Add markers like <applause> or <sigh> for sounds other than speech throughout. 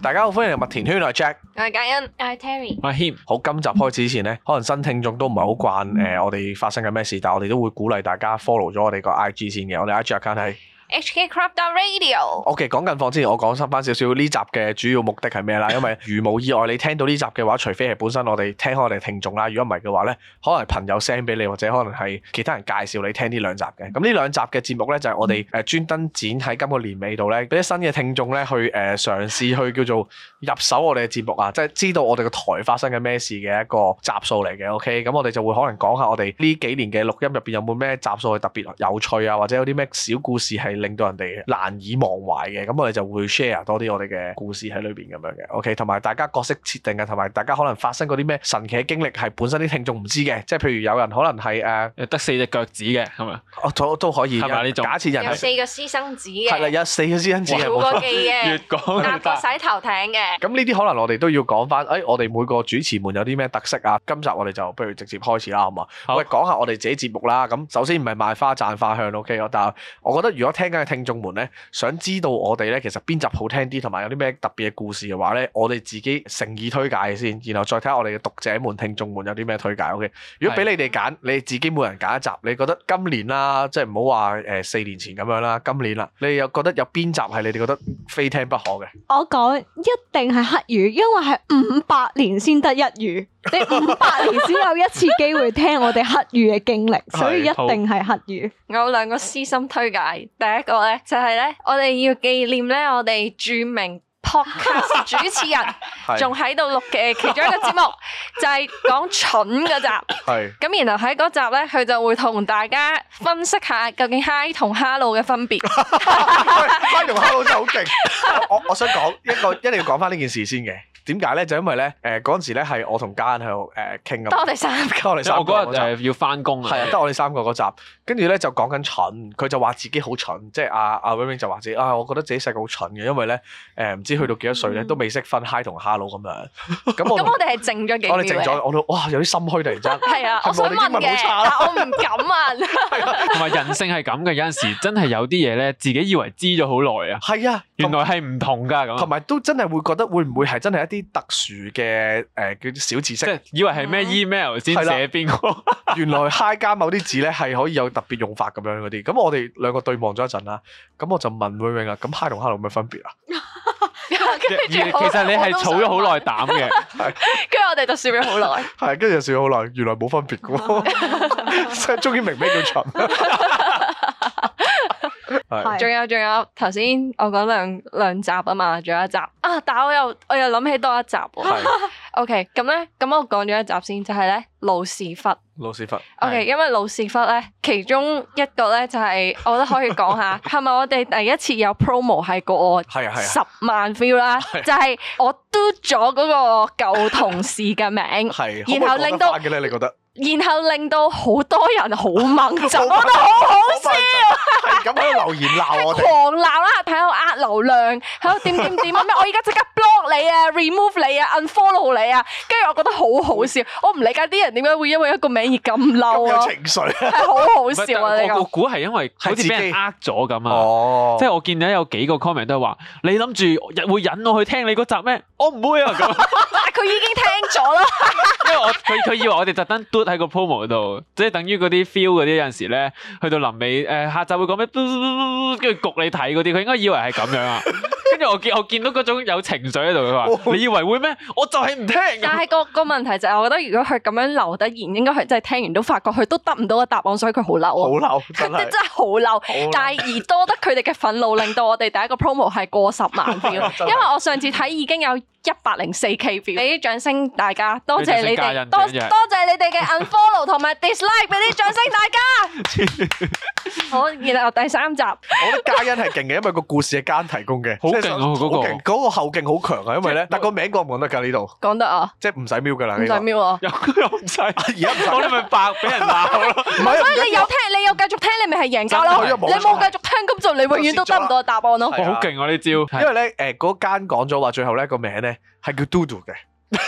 大家好，歡迎嚟麥田圈，我係 Jack。我係嘉欣，我係 Terry。阿謙，好，今集開始之前呢，可能新聽眾都唔係好慣誒、呃我哋發生緊咩事，但係我哋都會鼓勵大家 follow 咗我哋個 IG 先嘅。我哋 IG account 係 HK Crop Radio， OK。講近況之前，我講翻少少呢集嘅主要目的係咩啦？因為如無意外，你聽到呢集嘅話，除非係本身我哋聽開我哋聽眾啦，如果唔係嘅話呢，可能係朋友 send 俾你，或者可能係其他人介紹你聽呢兩集嘅。咁呢兩集嘅節目呢，就係、我哋誒專登剪喺今個年尾度呢，俾啲新嘅聽眾呢去誒、呃、嘗試去叫做入手我哋嘅節目啊，即係知道我哋個台發生緊咩事嘅一個集數嚟嘅。OK，咁我哋就會可能講下我哋呢幾年嘅錄音入邊有冇咩集數係特別有趣啊，或者有啲咩小故事係令到人哋難以忘懷嘅。咁我哋就會 share 多啲我哋嘅故事喺裏邊咁樣嘅。OK，同埋大家角色設定啊，同埋大家可能發生過啲咩神奇嘅經歷係本身啲聽眾唔知嘅，即係譬如有人可能係誒、呃誒得四隻腳趾嘅，係咪？我都都可以呃係咪呢種假設人有係四個私生子係啦，嘅，有四個私生子嘅跳冇錯過記越嘅，講搭過越大。洗頭艇嘅。咁呢啲可能我哋都要講翻，誒、我哋每個主持們有啲咩特色啊？今集我哋就不如直接開始啦，好嘛？好喂，講下我哋自己節目啦。咁首先唔係賣花讚花香，OK 咯。但係我覺得如果聽緊嘅聽眾們咧，想知道我哋咧其實邊集好聽啲，同埋有啲咩特別嘅故事嘅話咧，我哋自己誠意推介先，然後再睇下我哋嘅讀者們、聽眾們有啲咩推介。OK，如果俾你哋揀，你自己每人揀一集，你覺得今年啦，即係唔好話誒四年前咁樣啦，今年啦，你又覺得有邊集係你哋覺得非聽不可嘅？我講一定係黑魚，因為係五百年先得一魚，你五百年先有一次機會聽我哋黑魚嘅經歷，所以一定係黑魚。我有兩個私心推介，第一個咧就係咧，我哋要紀念咧我哋著名 <laughs> podcast 主持人係仲喺度錄嘅其中一個節目，就係講蠢嗰集。係。咁然後喺嗰集咧，佢就會同大家分析下究竟 hi 同 hello 嘅分別。喂，同黑佬真係好勁。我我想講一個，一定要講翻呢件事先嘅。點解咧？就因為咧，誒嗰陣時咧係我同嘉欣喺度誒傾咁，多謝晒。得我哋即係三我個嗰嗰日集，誒要翻工啊，係啊，得我哋三個嗰集。跟住咧就講緊蠢，佢就話自己好蠢，即係阿阿 Wing 就話自己啊，我覺得自己細個好蠢嘅，因為咧誒唔知去到幾多歲咧都未識分 hi 同 hello 咁樣。咁我咁同我哋係靜咗幾秒我哋靜嘅。咗，我都哇有啲心虛突然間。係啊，係咪我想我哋問英文好嘅，差但我唔敢啊。同埋人性係咁嘅，有陣時真係有啲嘢咧，自己以為知咗好耐啊，係啊，原來係唔同㗎咁同啊，埋都真係會覺得會唔會係真係一啲特殊嘅誒叫小知即識？係以為係嗯咩 email 先係啦寫邊個，原來 hi 加某啲字咧係可以有特別用法咁樣嗰啲，咁我哋兩個對望咗一陣啦，咁我就問 Wing Wing 啊，咁 hi 同 hello 有咩分別啊？而其實你係儲咗好耐膽嘅，跟住我哋就笑咗好耐。係，跟住就笑好耐，原來冇分別嘅喎， <laughs> 即係終於明咩 <laughs> 叫蠢。係係仲有仲有，頭先我講兩兩集啊嘛，仲有一集啊，但我又我又諗起多一集喎。係 OK，咁咧，咁我講咗一集先，就係咧老屎忽。老屎忽， <laughs> OK，因為老屎忽咧，其中一個咧就係、我覺得可以講下，係咪我哋第一次有 promo 係過係啊係十萬 view 啦？係就係我嘟咗嗰個舊同事嘅名啊，。係，然後可唔可以令到講得返嘅咧，你覺得？然後令到好多人好掹走，好我掹覺得好好笑，係咁喺度留言鬧 <laughs> 我哋，狂鬧啦，喺度呃流量，喺度點點點啊咩，我而家即刻 block 你啊，remove 你啊，unfollow 你啊，跟住我覺得好好笑，我唔理解啲人點解會因為一個名而咁咁嬲啊有， <laughs> 情緒。係好 <laughs> 好唔係笑啊但呢我我個，估係因為好係似俾自己人呃咗咁啊。哦即係我見到有幾個 comment 都係話，你諗住會引我去聽你嗰集咩？我唔會啊咁，但佢已經聽咗啦，因為我 <laughs> 佢佢以為我哋特登嘟喺個 promo 度，即係等於嗰啲 feel 嗰啲有陣時咧，去到臨尾誒、下集會講咩，嘟嘟嘟嘟嘟跟住焗你睇嗰啲，佢應該以為係咁樣 <laughs> 啊。跟住我見我見到嗰種有情緒喺度，佢話：你以為會咩？我就係唔 <laughs> 聽。但係個個問題就係，我覺得如果佢咁樣留得言，應該佢真係聽完都發覺佢都得唔到個答案，所以佢好好嬲 <laughs> 啊，嬲，佢真係真。係好嬲。好 <laughs> 嬲但係而多得佢哋嘅憤怒，令到我哋第一個 promo 係過十 <laughs> 萬 view，真係因為我上次睇已經有一百零四 K view。俾啲掌聲大家，多謝你俾啲掌聲哋，嘉欣多多真係謝你哋嘅 unfollow 同埋 dislike，俾啲掌聲大家。 <laughs> 好，然後第三集我覺得嘉欣係勁嘅，因為個故事係嘉欣提供嘅，好勁啊即係想嗰個好勁嗰個後勁好強啊！因為咧，但個名講唔講得㗎呢度，講得啊，即係唔使瞄㗎啦唔呢使個。瞄啊。有又唔使，而家唔使 <laughs> 我哋咪白俾人鬧咯。唔係啊所哎以你有唔緊聽，你有繼續聽，你咪係贏家咯。真係你冇錯冇繼續聽，咁就你永遠都得唔到答案咯。係啊哇，好勁啊！呢招，要因為咧誒嗰間講咗話，最後咧個名咧係叫 Doodle 嘅。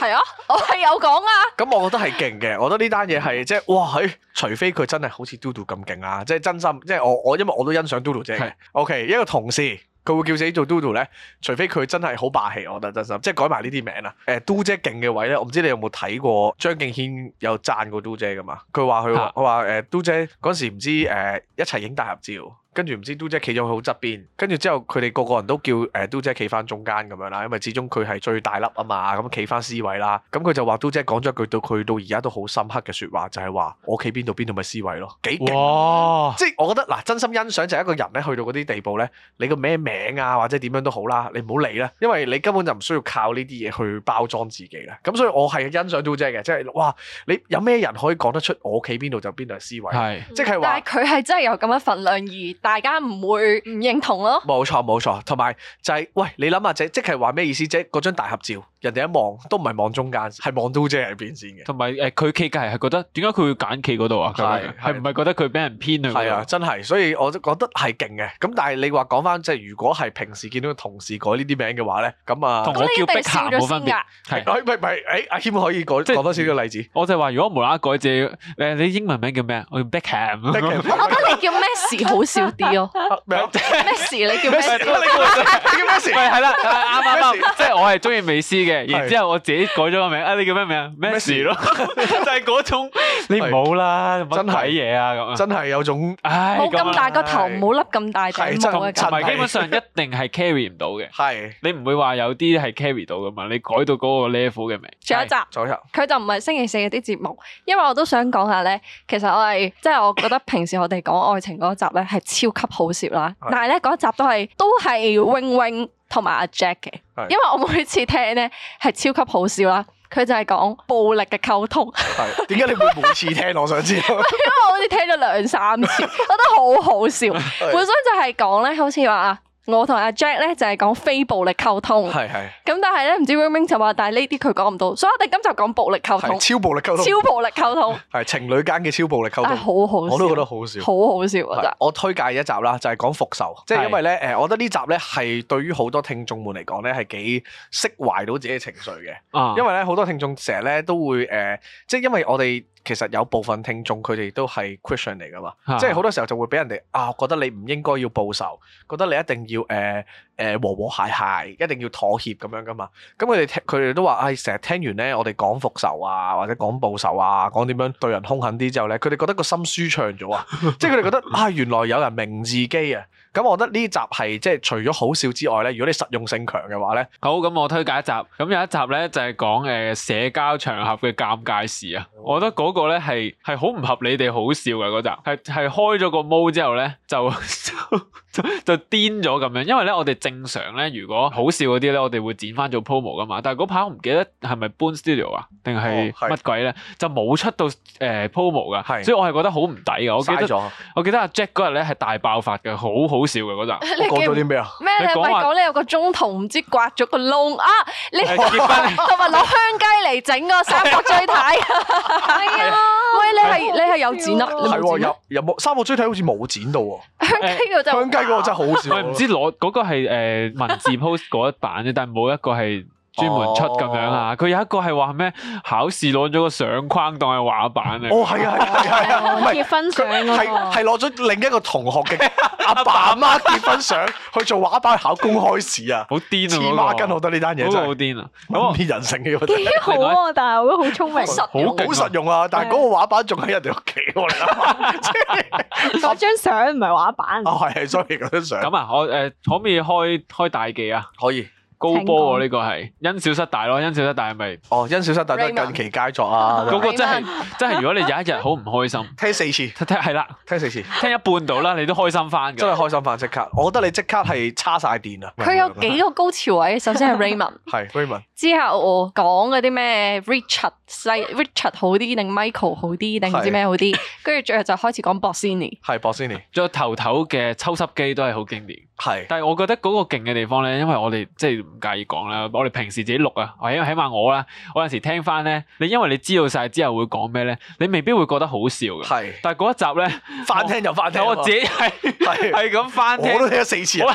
係啊，我係有講啊。咁我覺得係勁嘅，我覺得呢單嘢係即係哇，佢除非佢真係好似 Dodo 咁勁啊啦，即係真心，即係我我因為我都欣賞 Dodo 姐嘅係。 OK，一個同事佢會叫自己做 Dodo 咧，除非佢真係好霸氣，我覺得真心，即係改埋呢啲名啦。啊誒 Do 姐勁嘅位咧，我唔知你有冇睇過張敬軒有讚過 Do 姐噶嘛？佢話佢話啊佢話誒 Do 姐嗰時唔知誒、一齊影大合照。跟住唔知 Do 姐企咗佢好側邊，跟住之後佢哋個個人都叫誒 Do 姐企翻中間咁樣啦，因為始終佢係最大粒啊嘛，咁企翻 C 位啦。咁佢就話 Do 姐講咗一句到佢到而家都好深刻嘅説話，就係話我企邊度邊度咪 C 位咯，幾勁哇！即係我覺得嗱，真心欣賞就係一個人咧，去到嗰啲地步咧，你個咩名啊或者點樣都好啦，你唔好理啦，因為你根本就唔需要靠呢啲嘢去包裝自己啦。咁所以我係欣賞 Do 姐嘅，即係哇，你有咩人可以講得出我企邊度就邊度係 C 位？係即係話但係佢係真係有咁嘅份量，而大家唔會唔認同咯。冇錯冇錯，同埋就係、喂，你諗下姐，即係話咩意思啫？嗰張大合照，人哋一望都唔係望中間，係望 Do 姐喺邊先嘅。同埋誒，佢企隔係係覺得點解佢會揀企嗰度啊？係係係唔係覺得佢俾人編去嗰度？係啊，真係，所以我都覺得係勁嘅。咁但係你話講翻，即係如果係平時見到同事改呢啲名嘅話咧，咁啊同。我叫碧咸冇分咁你一定笑咗先別㗎。係，哎，唔係唔係，誒，阿謙可以講即係講多少個例 <laughs> 子？我就話如果無啦啦改自己誒，你英文名叫咩啊？我叫 <laughs> Beckham。我覺得你叫 Messi 好笑啲咯。咩 Messi 你叫啊咩事？ Messi，你叫咩事喂，？<laughs> 係啦，啱啱咩啱，即係我係中意美斯嘅，然係之後我自己改咗個名，啊你叫咩名啊？咩事咯？ <laughs> 就係 <laughs> 嗰種你唔好啦，乜真係鬼嘢啊咁啊！真係有種唉，冇啊咁大個頭，冇粒咁大頂帽嘅係真感同埋真係基本上一定係 carry 唔到嘅，係你唔會話有啲係 carry 到噶嘛？你改到嗰個 level 嘅名，覺。仲有一集。左右佢就唔係星期四嗰啲節目，因為我都想講下咧，其實我係即係我覺得平時我哋講愛情嗰集咧係超級好笑啦，係但係咧嗰集都係都係 wing wing 同埋阿 Jack 嘅，係因為我每次聽咧係超級好笑啦，佢就係講暴力嘅溝通， <laughs> 係。點解你會每次聽？我想知道。因為我好似聽咗兩 <laughs> 三次，我覺得好好笑。本身就係講咧，好似話啊，我同阿 Jack 咧就係講非暴力溝通，咁係係但係咧唔知 wing wing 就話，但係呢啲佢講唔到，所以我哋今集講暴力溝通係，超暴力溝通，超暴力溝通。係情侶間嘅超暴力溝通，啊，好好笑，我都覺得好笑。好好笑啊！係真係我推介一集啦，就係講復仇，即係因為咧，誒，我覺得呢集咧係對於好多聽眾們嚟講咧係幾釋懷到自己嘅情緒嘅。啊因為咧好多聽眾成日咧都會誒、呃即係因為我哋其實有部分聽眾佢哋都係 Christian 嚟噶嘛，啊即係好多時候就會俾人哋啊覺得你唔應該要報仇，覺得你一定要誒誒、呃呃和和諧諧，一定要妥協咁樣噶嘛。咁佢哋聽佢哋都話，唉、成日聽完咧我哋講復仇啊，或者講報仇啊，講點樣對人兇狠啲之後咧，佢哋覺得個心舒暢咗啊， <laughs> 即係佢哋覺得啊原來有人明自己啊。咁我覺得呢集係即係除咗好笑之外咧，如果你實用性強嘅話咧，好，咁我推介一集，咁有一集咧就係講誒社交場合嘅尷尬事啊，我覺得嗰個咧係係好唔合理地好笑嘅嗰集，係係開咗個毛之後咧就 <laughs> 就就癲咗咁樣，因為咧我哋正常咧如果好笑嗰啲咧我哋會剪翻做 promo 噶嘛，但係嗰排我唔記得係咪搬 studio 啊定係哦係乜鬼咧，就冇出到誒、呃 promo 噶，係所以我係覺得好唔抵噶，我記嘥得咗。我記得阿 Jack 嗰日咧係大爆發嘅，好好笑嘅嗰集。我講咗記唔啲咩啊？咩？你你講咪話講你有個中途唔知刮咗個窿啊！你誒結婚 <laughs> 同埋攞香雞嚟整個三角錐體，係啊！ <laughs> 喂，你係你係有剪啊？你係喎，冇剪咩有有冇三個追睇好似冇剪到喎，香雞嗰個真係香雞嗰個真係好 <laughs> 我少。唔知攞嗰個係誒文字 <laughs> post 嗰一版啫，但係冇一個係專門出咁樣哦啊。佢有一個係話咩考試攞咗個相框當係畫板啊。哦，係啊，係啊，係啊，唔係結婚相佢嗰係個係攞咗另一個同學 <laughs> 嘅阿爸阿媽結婚相去做畫班考公開試啊！好黐孖癲啊！筋，我嗰覺得呢單個嘢嗰個真好係癲啊！咁泯我滅人性嘅，我覺得幾好啊！但係我覺得好聰明，實好用勁好實用啊！但係嗰個畫板仲喺人哋屋企喎，你諗 <laughs> <laughs> 下，即係嗰張相唔係畫板啊，係係，sorry 嗰張相呃咁啊，我誒可唔可以開開大記啊？可以高請波講喎呢個係因小失大咯，因小失大係咪哦，因小失大都係 Raymond 近期佳作啊，嗰個係真係真係，如果你有一日好唔開心， <laughs> 聽四次，聽聽係啦，聽四次，聽一半到啦，你都開心翻真係嘅。開心翻即刻。我覺得你即刻係叉晒電 <laughs> 啊！佢有幾個高潮位，首先 <laughs> 係 Raymond，係 Raymond 之後我講嗰啲咩 Richard 西 Richard 好啲定 Michael 好啲定唔知咩好啲，跟住最後就開始講 Bossini。係 Bossini 仲有頭頭嘅抽濕機都係好經典，係但係我覺得嗰個勁嘅地方咧，因為我哋即係唔介意講啦，我哋平時自己錄啊，或者起碼我啦，我有時聽翻咧，你因為你知道晒之後會講咩咧，你未必會覺得好笑嘅。係但係嗰一集翻聽就翻聽咧，啊嘛，我自己係係係咁翻聽我，都聽咗四次啊，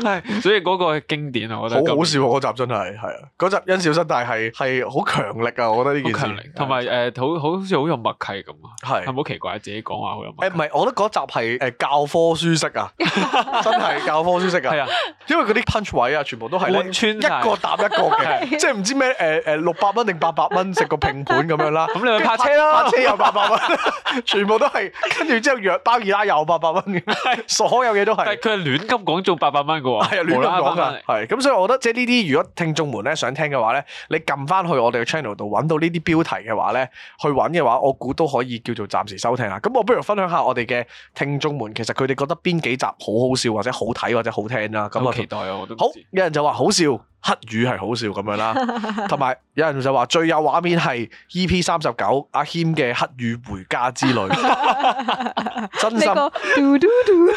係所以嗰個係經典啊，我覺好得好笑啊嗰集真係係啊，嗰集因小失大係係好強力啊，我覺得呢好件強力事，同埋誒好好好似好有默契咁啊，係係咪好奇怪？自己講話好有默誒唔契，係，我覺得嗰集係誒教科書式 <laughs> 啊，真係教科書式係啊，啊，因為嗰啲 punch 位啊，全部都係咧貫穿晒一個搭一個 <laughs> 嘅，即係唔知咩誒誒六百蚊定八百蚊食個拼盤咁樣 <laughs> 啦。咁你去泊車啦泊。車又八百蚊， <laughs> 全部都係跟住之後藥包二奶又八百蚊嘅，所有嘢都但係係。佢係亂咁講中八百蚊嘅喎，係啊，亂咁哦無啦啦講翻返啊係嚟，咁，所以我覺得即係呢啲，如果聽眾們咧想聽嘅話咧，你撳翻去我哋嘅 channel 度揾到呢啲標題嘅話咧，去揾嘅話，我估都可以叫做暫時收聽啦。咁我不如分享下我哋嘅聽眾們，其實佢哋覺得邊幾集好好笑，或者好睇，或者好聽啦。咁好啊，期待啊！我都唔好知，有人就話好笑，黑語係好笑咁 <laughs> 樣啦，同埋有人就話最有畫面係 EP 三十九阿謙嘅黑語回家之 <laughs> 旅，真你心個嘟嘟嘟，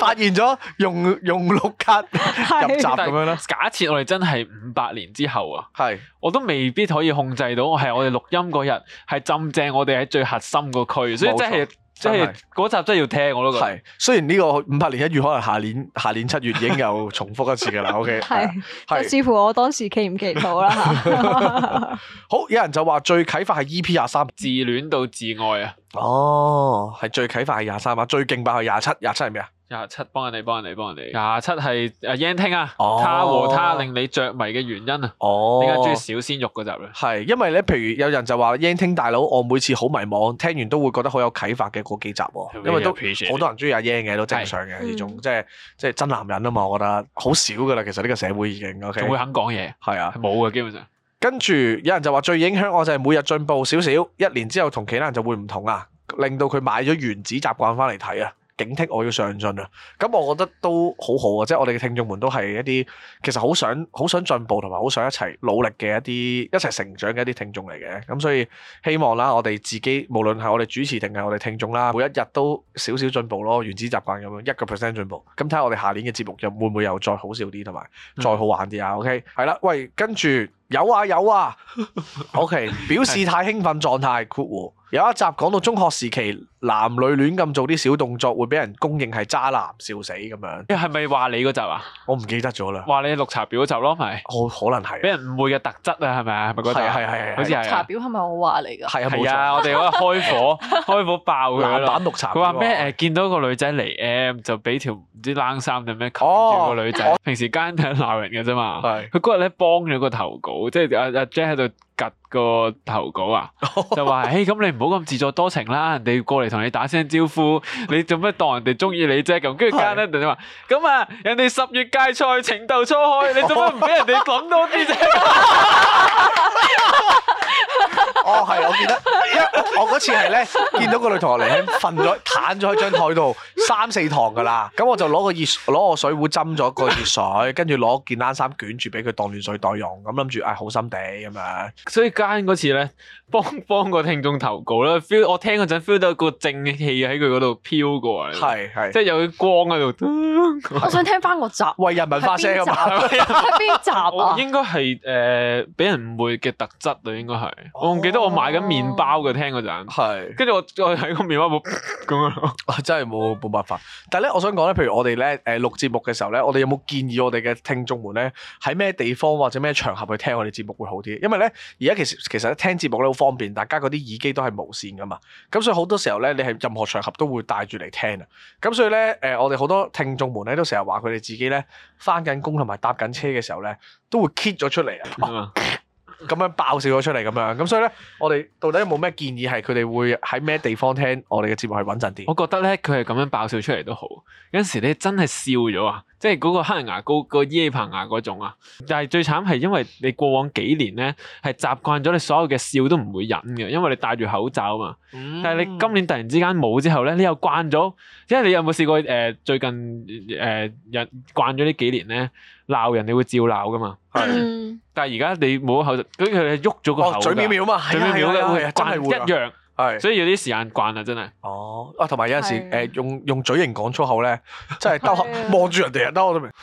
發現咗用用碌卡入閘咁但樣係啦，假設我哋真係五百年之後啊，係我都未必可以控制到，係我哋錄音嗰日係浸正我哋喺最核心個區，所以真冇係真係真係嗰集真係要聽我都覺得係。雖然呢個五百年一遇，可能下年 <laughs> 下年七月已經有重複一次㗎啦。OK，係就係視乎我當時企唔企到啦。好，有人就話最啟發係 EP 廿三，自戀到自愛啊！哦，係最啟發係廿三啊，最勁爆係廿七，廿七係咩啊？廿七幫人哋，幫人哋，幫人哋。廿七係阿 Yan 聽啊，哦他和他令你着迷嘅原因啊，哦，點解中意小鮮肉嗰集啊咧？係，因為咧，譬如有人就話 Yan 聽大佬，我每次好迷茫，聽完都會覺得好有啟發嘅嗰幾集喎，因為都 Appreciate 好多人中意阿 Yan 嘅，都正常嘅嗯呢種，即係即係真男人啊嘛，我覺得好少噶啦，其實呢個社會已經 OK，仲會肯講嘢，係啊係。冇嘅基本上。跟住有人就話最影響我就係每日進步少少，一年之後同其他人就會唔同啊，令到佢買咗原子習慣翻嚟睇啊。警惕我要上進啊！咁我覺得都好好啊，即係我哋嘅聽眾們都係一啲其實好想好想進步同埋好想一齊努力嘅一啲一齊成長嘅一啲聽眾嚟嘅。咁所以希望啦，我哋自己無論係我哋主持定係我哋聽眾啦，每一日都少少進步咯，原子習慣咁樣一個 percent 進步。咁睇下我哋下年嘅節目又會唔會又再好笑啲同埋再好玩啲啊？OK，係啦，喂，跟住有啊有啊，OK，表示太興奮狀態括弧。有一集講到中學時期男女亂咁做啲小動作，會俾人公認係渣男，笑死咁樣。誒係咪話你嗰集啊？我唔記得咗啦，話你綠茶婊嗰集咯，咪我可能係俾人誤會嘅特質啊，係咪啊？係咪嗰集？係係係係好似係茶啊。表係咪我話嚟㗎？係啊，冇係啊，錯，我哋嗰個開 <laughs> 火，開火爆佢男咯版。綠茶。佢話咩？誒，見到個女仔嚟 M 就俾條唔知冷衫定咩冚哦住個女仔。平時間睇鬧人嘅啫嘛。係佢嗰日咧幫咗個投稿，即係阿阿 J 喺度趌個投稿啊，哦就話：，誒咁你唔好咁自作多情啦，人哋過嚟同你打聲招呼，你做咩當人哋中意你啫？咁跟住間咧，人哋話：，咁啊，人哋十月芥菜情竇初開，你做咩唔俾人哋諗多啲啫？哦，係，我記得，因為我嗰次係咧見到個女同學嚟，瞓咗，攤咗喺張台度三四堂噶啦，咁我就攞個熱攞個水壺斟咗個熱水，跟住攞件冷衫捲住俾佢當暖水袋用，咁諗住唉好心地咁樣，所以間嗰次咧，幫 <laughs> 幫個聽眾投稿啦，feel 我聽嗰陣 feel 到個正氣喺佢嗰度飄過啊，係係即係有啲光喺度。我想聽翻個集，為人民發聲啊嘛，係咪啊係邊集啊我？應該係誒俾人誤會嘅特質啊，應該係。我唔記得我買緊麵包嘅，聽嗰陣，係。跟住我我喺個麵包鋪 <laughs> 咁樣咯。啊真係冇冇辦法，但係咧，我想講咧，譬如我哋咧，誒錄節目嘅時候咧，我哋有冇建議我哋嘅聽眾們咧，喺咩地方或者咩場合去聽我哋節目會好啲？因為咧，而家其實其實聽節目咧好方便，大家嗰啲耳機都係無線噶嘛，咁所以好多時候咧，你係任何場合都會帶住嚟聽啊。咁所以咧，誒、我哋好多聽眾們咧都成日話佢哋自己咧翻緊工同埋搭緊車嘅時候咧，都會 k 咗出嚟啊。嗯咁樣爆笑咗出嚟咁樣。咁所以咧，我哋到底有冇咩建議係佢哋會喺咩地方聽我哋嘅節目係穩陣啲？我覺得咧，佢係咁樣爆笑出嚟都好。有陣時你真係笑咗啊，即係嗰個黑人牙膏個椰棚牙嗰種啊。但係最慘係因為你過往幾年咧係習慣咗你所有嘅笑都唔會忍嘅，因為你戴住口罩嘛。嗯但係你今年突然之間冇之後咧，你又慣咗，即係你有冇試過誒、呃最近誒、呃、人慣咗呢幾年咧鬧人，你會照鬧噶嘛？係但係而家你冇咗口罩，跟住佢係喐咗個口嗯哦㗎，嘴秒秒嘛，嘴係啊秒秒係啊嘅會係啊真係慣會一啊樣，係。所以有啲時間慣啦，真係。哦，啊，同埋有陣時係誒用用嘴型講粗口咧， <laughs> 真係兜口係啊望住人哋啊，兜我都明， <laughs>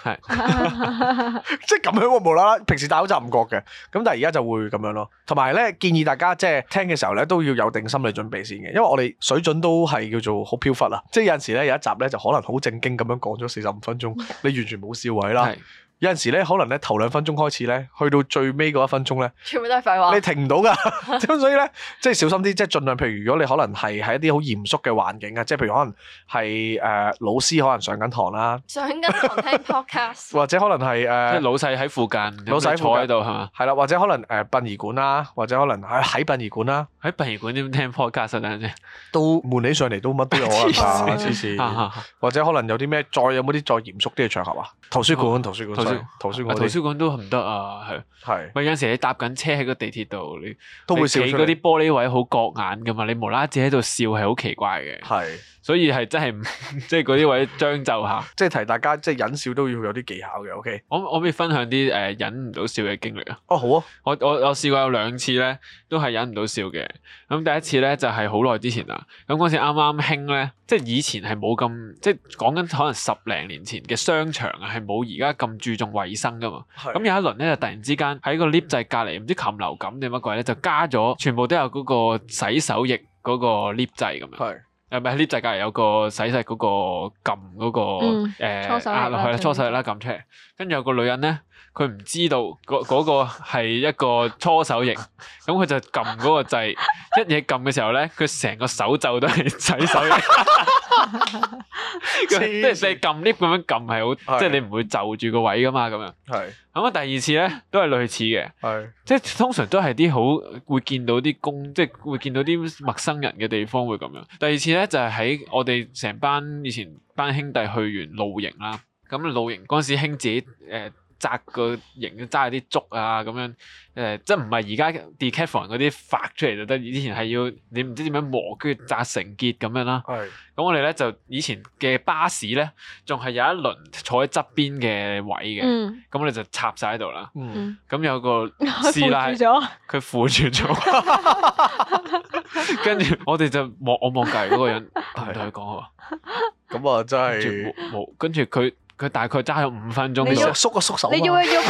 即係咁樣喎，無啦啦，平時戴口罩唔覺嘅，咁但係而家就會咁樣咯。同埋咧，建議大家即係聽嘅時候咧，都要有定心理準備先嘅，因為我哋水準都係叫做好飄忽啊，即係有陣時咧有一集咧就可能好正經咁樣講咗四十五分鐘，嗯你完全冇笑位啦係。有陣時咧可能咧頭兩分鐘開始咧，去到最尾嗰一分鐘咧。全部都係廢話你。停唔到噶， <laughs> 咁所以咧，即係小心啲，即係盡量。譬如如果你可能係喺一啲好嚴肅嘅環境啊，即係譬如可能係誒、呃老師可能上緊堂啦，上緊堂聽 <laughs> podcast，或者可能係即係誒老細喺附近，老細喺附近坐喺度係嘛？係啦，或者可能誒殯儀館啦，或者可能喺喺殯儀館啦，喺殯儀館點聽 podcast 啊？真係都悶起上嚟都乜 <laughs> 都有可能㗎，黐黐啊線。啊或者可能有啲咩再有冇啲再嚴肅啲嘅場合啊？圖書館、圖書館、圖書 sorry，圖書啊館哦圖嗰啲書館都唔得啊，係。係咪有陣時你搭緊車喺個地鐵度，你都會你笑企出嗰嚟。啲玻璃位好覺眼噶嘛，你無啦啦自己喺度笑係好奇怪嘅，係，所以係真係唔 <laughs> 即係嗰啲位將就下。即係提大家，即係忍笑都要有啲技巧嘅。OK，我我可唔可以分享啲誒、呃忍唔到笑嘅經歷啊？哦好啊，我我我試過有兩次咧，都係忍唔到笑嘅。咁第一次咧就係好耐之前啦。咁嗰時啱啱興咧，即係以前係冇咁，即係講緊可能十零年前嘅商場啊，係冇而家咁注重衞生噶嘛。咁有咁一輪咧，就突然之間喺個 lift 掣隔離，唔知禽流感定乜鬼咧，就加咗全部都有嗰個洗手液嗰個 lift 掣咁樣。係啊誒唔係 lift 掣隔離有個洗手液嗰個撳嗰個嗯誒搓手液啦壓落去啦，最搓手液啦撳出嚟。跟住有個女人咧，佢唔知道嗰嗰個係一個搓手液，咁佢就撳嗰個掣，一嘢撳嘅時候咧，佢成個手袖都係洗手液。線佢即係你撳 lift 咁樣撳係好，係即係你唔會就住個位噶嘛咁樣。係咁啊，第二次咧都係類似嘅，係即係通常都係啲好會見到啲公，即係會見到啲陌生人嘅地方會咁樣。第二次咧就係、喺我哋成班以前班兄弟去完露營啦，咁啊露營嗰陣時興自己誒。呃紮個營揸啲竹啊咁樣，誒、即係唔係而家 decathlon 嗰啲發出嚟就得，以前係要你唔知點樣磨，跟住紮成結咁樣啦。係咁我哋咧就以前嘅巴士咧，仲係有一輪坐喺側邊嘅位嘅，嗯，咁我哋就插晒喺度啦。嗯。咁有 <laughs> 個佢師扶奶住，咗，佢扶住咗，跟住我哋就望我望隔離嗰個人，同佢 <laughs> 講我話，咁啊，真跟住係冇冇，跟住佢佢大概揸咗五分鐘你你喐成到日， <laughs> 縮個縮手啊嘛你要唔要喐？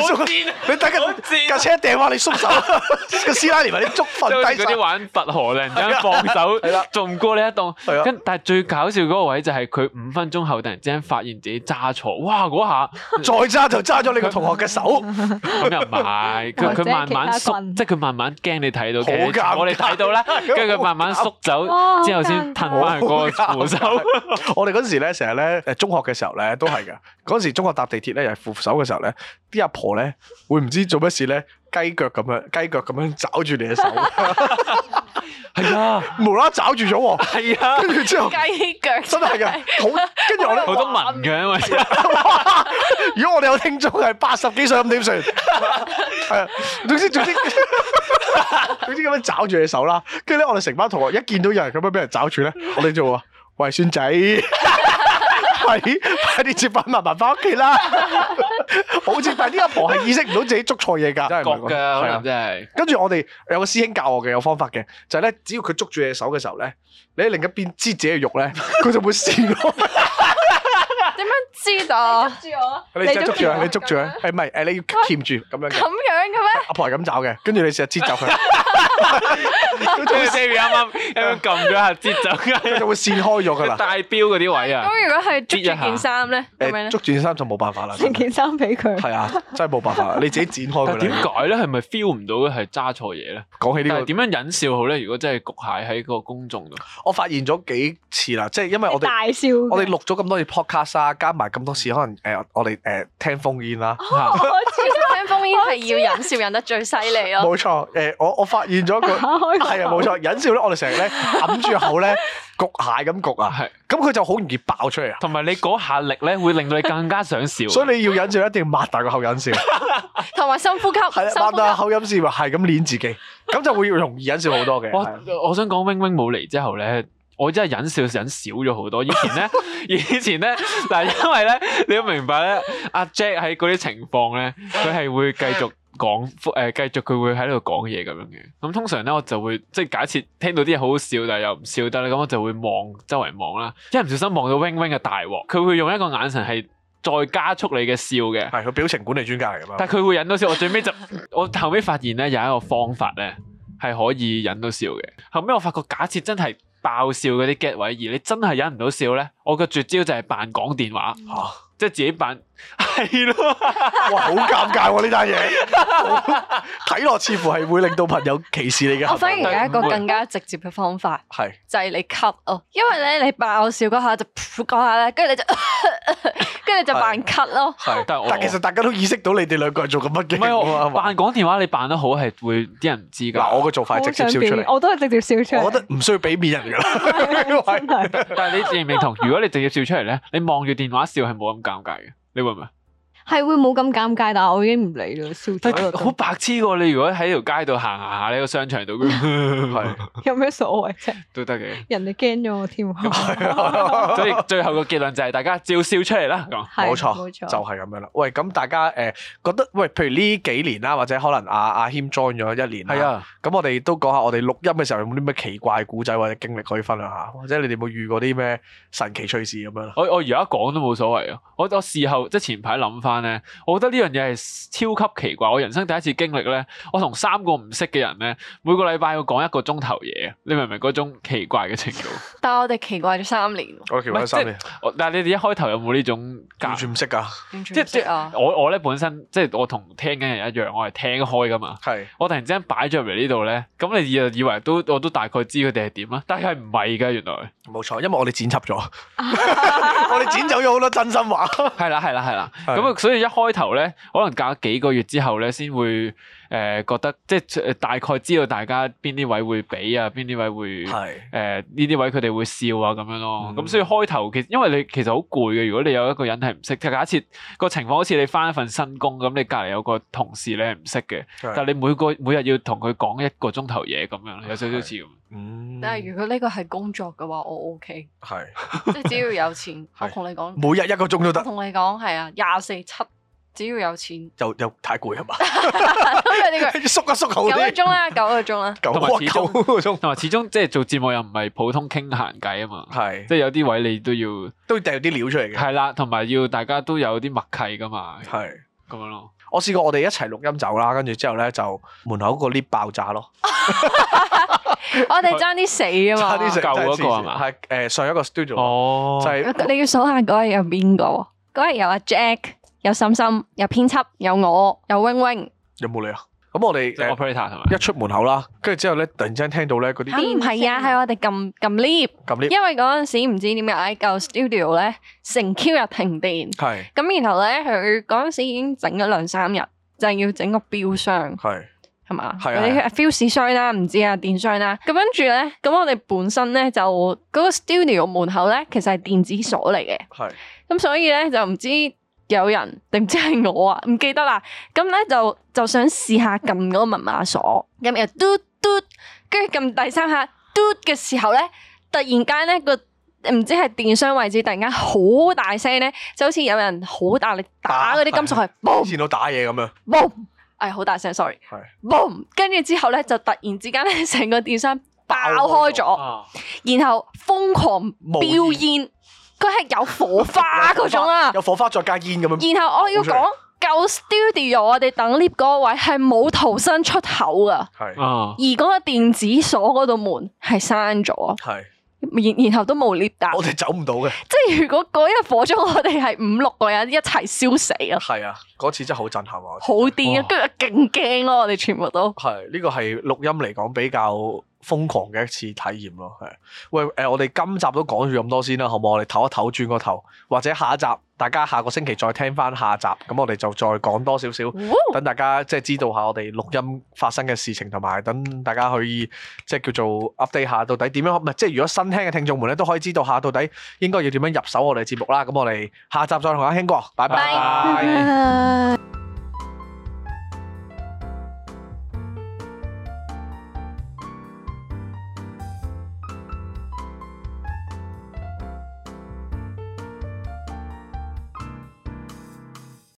縮個你等緊架車掟翻你縮手，個師奶連埋你捉即係好瞓低似嗰啲曬，玩拔河突然間放手 <laughs> 係啦，仲唔過你一檔。係啊，跟但係最搞笑嗰個位就係佢五分鐘後突然之間發現自己揸錯，哇！嗰下再揸就揸咗你個同學嘅手， <laughs> 好咁又唔係， <laughs> 佢或者佢慢慢其他縮，棍即係佢慢慢驚你睇到，好尷尬我哋睇到 <laughs> 啦，跟住佢慢慢縮走哇之後先褪翻去嗰個扶手。我哋嗰時咧，成日咧，誒中學嘅時候咧都係嘅。嗰時中學搭地鐵咧，又係扶手嘅時候咧，啲阿婆咧會唔知做乜事咧，雞腳咁樣，雞腳咁樣抓住你嘅手， <laughs> 係啊，無啦啦抓住咗喎，係啊，跟住之後雞腳真係嘅，好，跟住我咧 <laughs> 好多文嘅，因為哇！ <laughs> 如果我哋有聽眾係八十幾歲咁點算？係啊，總之總之 <laughs> 總之咁樣找住你手啦，跟住咧我哋成班同學一見到有人咁樣俾人找住咧，我哋就話：喂，孫仔，快啲快啲接翻嫲嫲翻屋企啦！ <laughs> 好似但係啲阿婆係意識唔到自己捉錯嘢㗎，真係覺唔係嘅，講係可啊能真係。跟住我哋有個師兄教我嘅有方法嘅，就係咧，只要佢捉住你手嘅時候咧，你喺另一邊擠自己嘅肉咧，佢就會跣咯。點樣知道？住我，你即係捉住啊！你捉住啊！誒唔係誒，你要鉗住咁樣咁嘅。樣嘅咩？阿婆係咁找嘅，跟住你成日擠走 <laughs> 佢，跟住 Siri 啱啱啱啱撳咗下接走佢 <laughs> 就會跣開咗㗎啦。大表嗰啲位啊，咁如果係捉跌一下住件衫咧，咁樣咧誒，捉住件衫就冇辦法啦。成件衫俾佢。係啊，真係冇辦 <laughs> 法啦，你自己剪開但佢點啦。解咧？係咪 feel 唔到係揸錯嘢咧？講起但呢係點樣忍笑好咧？如果真係焗蟹喺個公眾度，個，我發現咗幾次啦，即係因為我哋大笑，我哋錄咗 <laughs> <laughs> 哦咁多次 podcast 啊，加埋咁多次，可能誒我哋誒聽風煙啦，我其知實聽封煙係要忍笑忍得最犀利哦咯。冇錯，誒、我我發現咗一個 <laughs> 打開個係啊，冇錯，忍笑咧，我哋成日咧揞住口咧焗蟹咁焗啊係，咁佢就好容易爆出嚟啊，同埋你嗰下力咧，會令到你更加想笑。所以你要忍笑一定要擘大個口忍笑，係同埋深呼吸，啦，擘深呼吸大個啊口忍笑咪係咁捏自己，咁就會容易忍笑好多嘅。係啊我我想講 wing wing 冇嚟之後咧。我真係忍笑忍少咗好多，以 <laughs> 前咧，以前咧，嗱，因為咧，你要明白咧，阿 Jack 喺嗰啲情況咧，佢係會繼續講，誒、繼續佢會喺度講嘢咁樣嘅。咁通常咧，我就會即係假設聽到啲嘢好好笑，但係又唔笑得咧，咁我就會望周圍望啦，一唔小心望到 wing wing 嘅大鑊，佢會用一個眼神係再加速你嘅笑嘅。係佢表情管理專家嚟㗎嘛 <laughs> 但，係佢會引到笑，我最尾就我後尾發現咧有一個方法咧係可以引到笑嘅。後尾我發覺假設真係爆笑嗰啲 get 位，而你真係忍唔到笑咧，我個絕招就係扮講電話，嚇即係自己扮 <laughs> 係咯，哇，好尷尬喎呢單嘢， <laughs> 睇落似乎係會令到朋友歧視你嘅行為。我反而有一個唔會更加直接嘅方法，係就係你咳咯，因為咧你爆笑嗰下就噗嗰下咧，跟住你就 <laughs> 跟住你就扮咳咯。係，但係我但其實大家都意識到你哋兩個係做緊乜唔嘅係㗎我嘛扮講電話，你扮得好係會啲人唔知㗎。嗱，我嘅做法係直接笑出嚟，我都係直接笑出嚟。 <laughs> 我覺得唔需要俾面人㗎啦，因真為係但係你認唔認同？如果你直接笑出嚟咧，你望住電話笑係冇咁尷尬嘅，你會唔會？係會冇咁尷尬，但係我已經唔理啦，笑但咗係 <laughs> 就好得白痴喎！你如果喺條街度行行下，呢個商場度係係有咩所謂啫？都得嘅。人哋驚咗 <laughs> 我添 <laughs> 啊，所以最後個結論就係大家照笑出嚟啦。咁係冇錯，冇就錯，係咁樣啦。喂，咁大家誒、呃、覺得喂，譬如呢幾年啦，或者可能阿阿謙 join 咗一年啦，係，啊，咁我哋都講下我哋錄音嘅時候有冇啲咩奇怪古仔或者經歷可以分享下，或者你哋有冇遇過啲咩神奇趣事咁樣啦？我我而家講都冇所謂啊。我我事後即係前排諗翻咧，我覺得呢樣嘢係超級奇怪。我人生第一次經歷咧，我同三個唔識嘅人咧，每個禮拜要講一個鐘頭嘢，你明唔明嗰種奇怪嘅程度？但係我哋奇怪咗三年喎，我其唔係實三年 <laughs> 我但係你哋一開頭有冇呢種完隔？全唔識㗎，完全即唔識啊！我我咧本身即係我同聽緊嘅人一樣，我係聽開噶嘛。係我突然之間擺咗入嚟呢度咧，咁你就以為都我都大概知佢哋係點啦，但係係唔係㗎原來。冇錯，因為我哋剪輯 <laughs> 咗，我哋剪走咗好多真心話。係啦，係啦，係啦。係咁啊，所以一開頭咧，可能隔咗幾個月之後咧，先會誒、呃、覺得即係呃大概知道大家邊啲位會俾啊，邊啲位會誒係呢啲位佢哋會笑啊咁樣咯嗯。咁、所以開頭其實因為你其實好攰嘅，如果你有一個人係唔識，假設個情況好似你翻一份新工咁，你隔離有個同事你係唔識嘅，但係你每個每日要同佢講一個鐘頭嘢咁樣，有少少似咁。嗯，但係如果呢個係工作嘅話，我 OK， <laughs> 係即係只要有錢，係我同你講，每日一個鐘都我得，同你講係啊，廿四七，只要有錢，又又太攰 <laughs> 係嘛？都係呢句縮一縮好九個啲，鐘啦，九個鐘啦。九同埋始終九個鐘同埋始終即係做節目又唔係普通傾閒偈啊嘛， <laughs> 係即係有啲位你都要。都掉啲料出嚟嘅，係啦，同埋要大家都有啲默契噶嘛，咁係。樣咯。我試過我哋一齊錄音走啦，跟住之後咧就門口個 lift 爆炸咯，我哋爭啲死啊差嘛！啲成救嗰個真係係嘛黐線係誒上一個 studio 哦就係你要數下嗰日有邊個？嗰日有阿 Jack，有心心，有編輯，有我，有 wing wing。有冇你啊？咁我哋即係誒 operator 係一咪？出門口啦，跟住之後咧突然之間聽到咧嗰啲嚇唔係啊，係我哋撳撳 lift，撳 lift 因為嗰陣時唔知點解舊 studio 咧成 Q 日停電，係咁然後咧佢嗰陣時已經整咗兩三日，就係要整個標箱。係係嘛？係嗰啊係啲 fuse 箱啦，唔知啊電箱啦。咁跟住咧，咁我哋本身咧就嗰、個 studio 門口咧，其實係電子鎖嚟嘅。係咁所以咧就唔知有人定唔知係我啊，唔記得啦。咁咧就就想試下撳嗰個密碼鎖，咁又嘟嘟，跟住撳第三下嘟嘅時候咧，突然間咧個唔知係電箱位置突然間好大聲咧，就好似有人好大力打嗰啲金屬係 boom 見到打嘢咁樣 boom，哎好大聲，sorry 係 boom，跟住之後咧就突然之間咧成個電箱爆開咗，哦啊，然後瘋狂冒飆煙，佢係有火花嗰種 <laughs> 啊！有火花再加煙咁樣，然後我要講舊 studio，我哋等 lift 嗰位係冇逃生出口噶，係啊而嗰個電子鎖嗰度門係閂咗，係然然後都冇 lift 搭我。哋走唔到嘅，即係如果嗰日火燭，我哋係五六個人一齊燒死啊，係啊，嗰次真係好震撼啊！好癲啊哇！跟住勁驚咯，我哋全部都係呢個係錄音嚟講比較瘋狂嘅一次體驗咯，係。喂誒、我哋今集都講住咁多先啦，好唔好？我哋唞一唞，轉個頭，或者下一集大家下個星期再聽翻下集，咁我哋就再講多少少，等大家即係知道下我哋錄音發生嘅事情，同埋等大家可以即係叫做 update 下到底點樣，唔係即係如果新聽嘅聽眾們咧都可以知道下到底應該要點樣入手我哋嘅節目啦。咁我哋下集再同大家傾過，拜拜拜。拜。